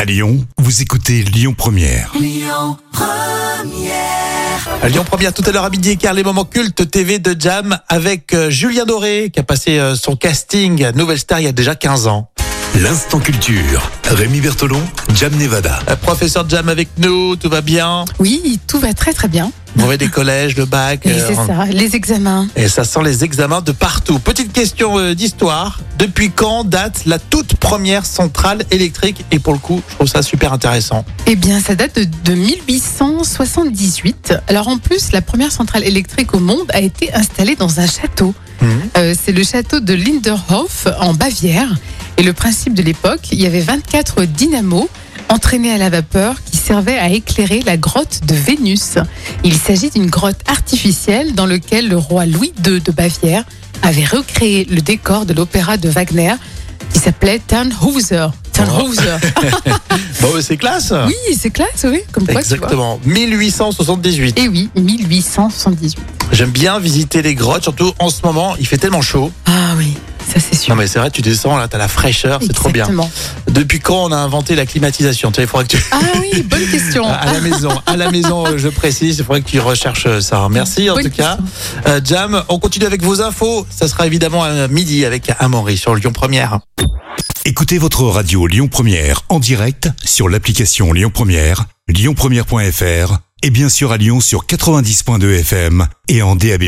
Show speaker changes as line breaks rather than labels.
À Lyon, vous écoutez Lyon Première.
À Lyon Première tout à l'heure à midi, car les moments cultes TV de Jam avec euh, Julien Doré qui a passé euh, son casting à Nouvelle Star il y a déjà 15 ans.
L'instant culture. Rémi Bertolon, Jam Nevada.
Euh, professeur Jam avec nous, tout va bien.
Oui, tout va très très bien.
Mauvais des collèges, le bac.
Et
euh,
c'est ça, les examens.
Et ça sent les examens de partout. Petite question euh, d'histoire. Depuis quand date la toute première centrale électrique Et pour le coup, je trouve ça super intéressant.
Eh bien, ça date de, de 1878. Alors en plus, la première centrale électrique au monde a été installée dans un château. Euh, c'est le château de Linderhof en Bavière. Et le principe de l'époque, il y avait 24 dynamos entraînés à la vapeur qui servaient à éclairer la grotte de Vénus. Il s'agit d'une grotte artificielle dans laquelle le roi Louis II de Bavière avait recréé le décor de l'opéra de Wagner qui s'appelait Tannhauser. Tannhauser.
Bon, bah, c'est classe.
Oui, c'est classe, oui. Comme quoi, tu vois.
Exactement. 1878.
Et Eh oui, 1878.
J'aime bien visiter les grottes, surtout en ce moment. Il fait tellement chaud.
Ah oui, ça c'est sûr.
Non mais c'est vrai, tu descends là, t'as la fraîcheur, c'est trop bien.
Exactement.
Depuis quand on a inventé la climatisation Tu vois, il faudrait que tu...
Ah oui, bonne question.
À la maison, à la maison, euh, je précise, il faudrait que tu recherches euh, ça. Merci en
Bonne
tout cas. Euh, Jam, on continue avec vos infos. Ça sera évidemment à midi avec Amaury sur Lyon Première.
Écoutez votre radio Lyon Première en direct sur l'application Lyon Première, lyonpremière.fr et bien sûr à Lyon sur 90.2 FM et en DAB+.